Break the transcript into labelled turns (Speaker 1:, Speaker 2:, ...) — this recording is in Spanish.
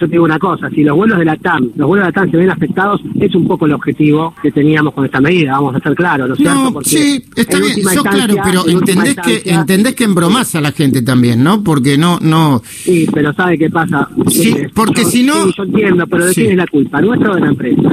Speaker 1: yo te digo una cosa, si los vuelos de la TAM, los vuelos de la TAM se ven afectados, es un poco el objetivo que teníamos con esta medida, vamos a ser claros, ¿no es
Speaker 2: No,
Speaker 1: cierto? Porque
Speaker 2: sí, está
Speaker 1: en
Speaker 2: bien,
Speaker 1: última
Speaker 2: sos claro,
Speaker 1: instancia-
Speaker 2: pero
Speaker 1: en última
Speaker 2: entendés que,
Speaker 1: instancia-
Speaker 2: entendés que embromás a la gente también, ¿no? Porque no, no,
Speaker 1: Sí, pero ¿sabe qué pasa?
Speaker 2: Sí,
Speaker 1: Eh,
Speaker 2: porque
Speaker 1: yo-
Speaker 2: si no-
Speaker 1: sí, yo entiendo, pero ¿de
Speaker 2: Sí.
Speaker 1: quién es la culpa? ¿Nuestra o de la empresa?